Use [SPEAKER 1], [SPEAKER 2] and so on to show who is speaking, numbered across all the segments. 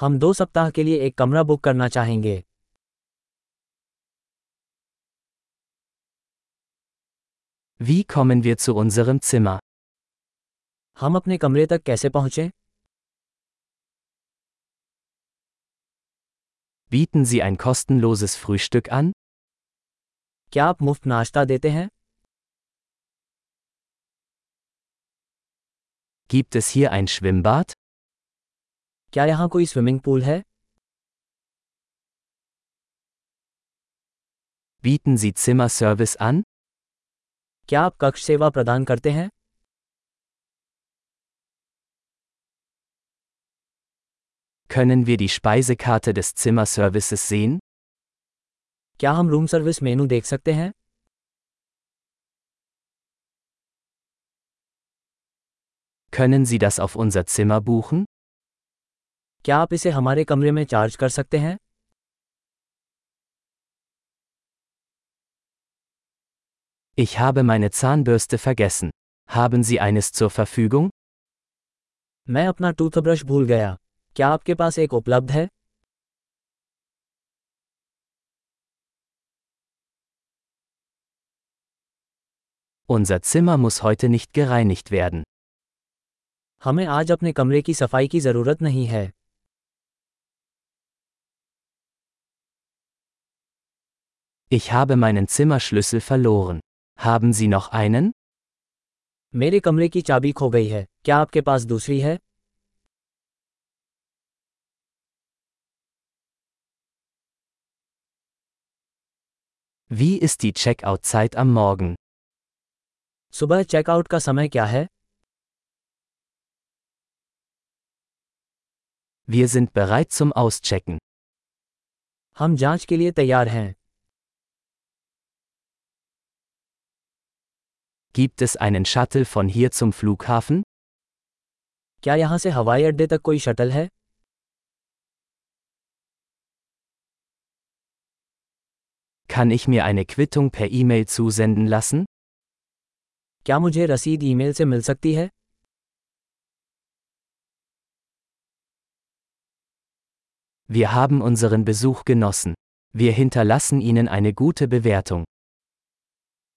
[SPEAKER 1] हम दो सप्ताह के लिए एक कमरा बुक करना चाहेंगे
[SPEAKER 2] Wie kommen wir zu unserem Zimmer?
[SPEAKER 1] हम अपने कमरे तक कैसे पहुँचें
[SPEAKER 2] Bieten Sie ein kostenloses Frühstück an?
[SPEAKER 1] क्या आप मुफ्त नाश्ता देते हैं
[SPEAKER 2] Gibt es hier ein Schwimmbad?
[SPEAKER 1] क्या यहाँ कोई स्विमिंग पूल है
[SPEAKER 2] Bieten Sie Zimmerservice an?
[SPEAKER 1] क्या आप कक्ष सेवा प्रदान करते हैं
[SPEAKER 2] Können wir die Speisekarte des Zimmerservices sehen?
[SPEAKER 1] क्या हम रूम सर्विस मेनू देख सकते हैं
[SPEAKER 2] Können Sie das auf unser Zimmer buchen?
[SPEAKER 1] क्या आप इसे हमारे कमरे में चार्ज कर सकते हैं
[SPEAKER 2] Ich habe meine Zahnbürste vergessen. Haben Sie eines zur Verfügung?
[SPEAKER 1] मैं अपना टूथब्रश भूल गया क्या आपके पास एक उपलब्ध है
[SPEAKER 2] Unser Zimmer muss heute nicht gereinigt werden.
[SPEAKER 1] हमें आज अपने कमरे की सफाई की ज़रूरत नहीं है
[SPEAKER 2] Ich habe meinen Zimmerschlüssel verloren. Haben Sie noch einen?
[SPEAKER 1] मेरे कमरे की चाबी खो गई है क्या आपके पास दूसरी है
[SPEAKER 2] Wie ist die Checkout-Zeit am Morgen?
[SPEAKER 1] सुबह चेकआउट का समय क्या है
[SPEAKER 2] Wir sind bereit zum Auschecken.
[SPEAKER 1] हम जांच के लिए तैयार हैं
[SPEAKER 2] Gibt es einen Shuttle von hier zum Flughafen?
[SPEAKER 1] क्या यहाँ से हवाई अड्डे तक कोई शटल है
[SPEAKER 2] Kann ich mir eine Quittung per E-Mail zusenden lassen?
[SPEAKER 1] क्या मुझे रसीद ईमेल से मिल सकती है
[SPEAKER 2] Wir haben unseren Besuch genossen. Wir hinterlassen Ihnen eine gute Bewertung.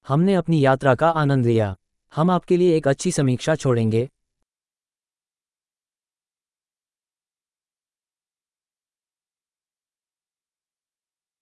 [SPEAKER 1] हमने अपनी यात्रा का आनंद लिया हम आपके लिए एक अच्छी समीक्षा छोड़ेंगे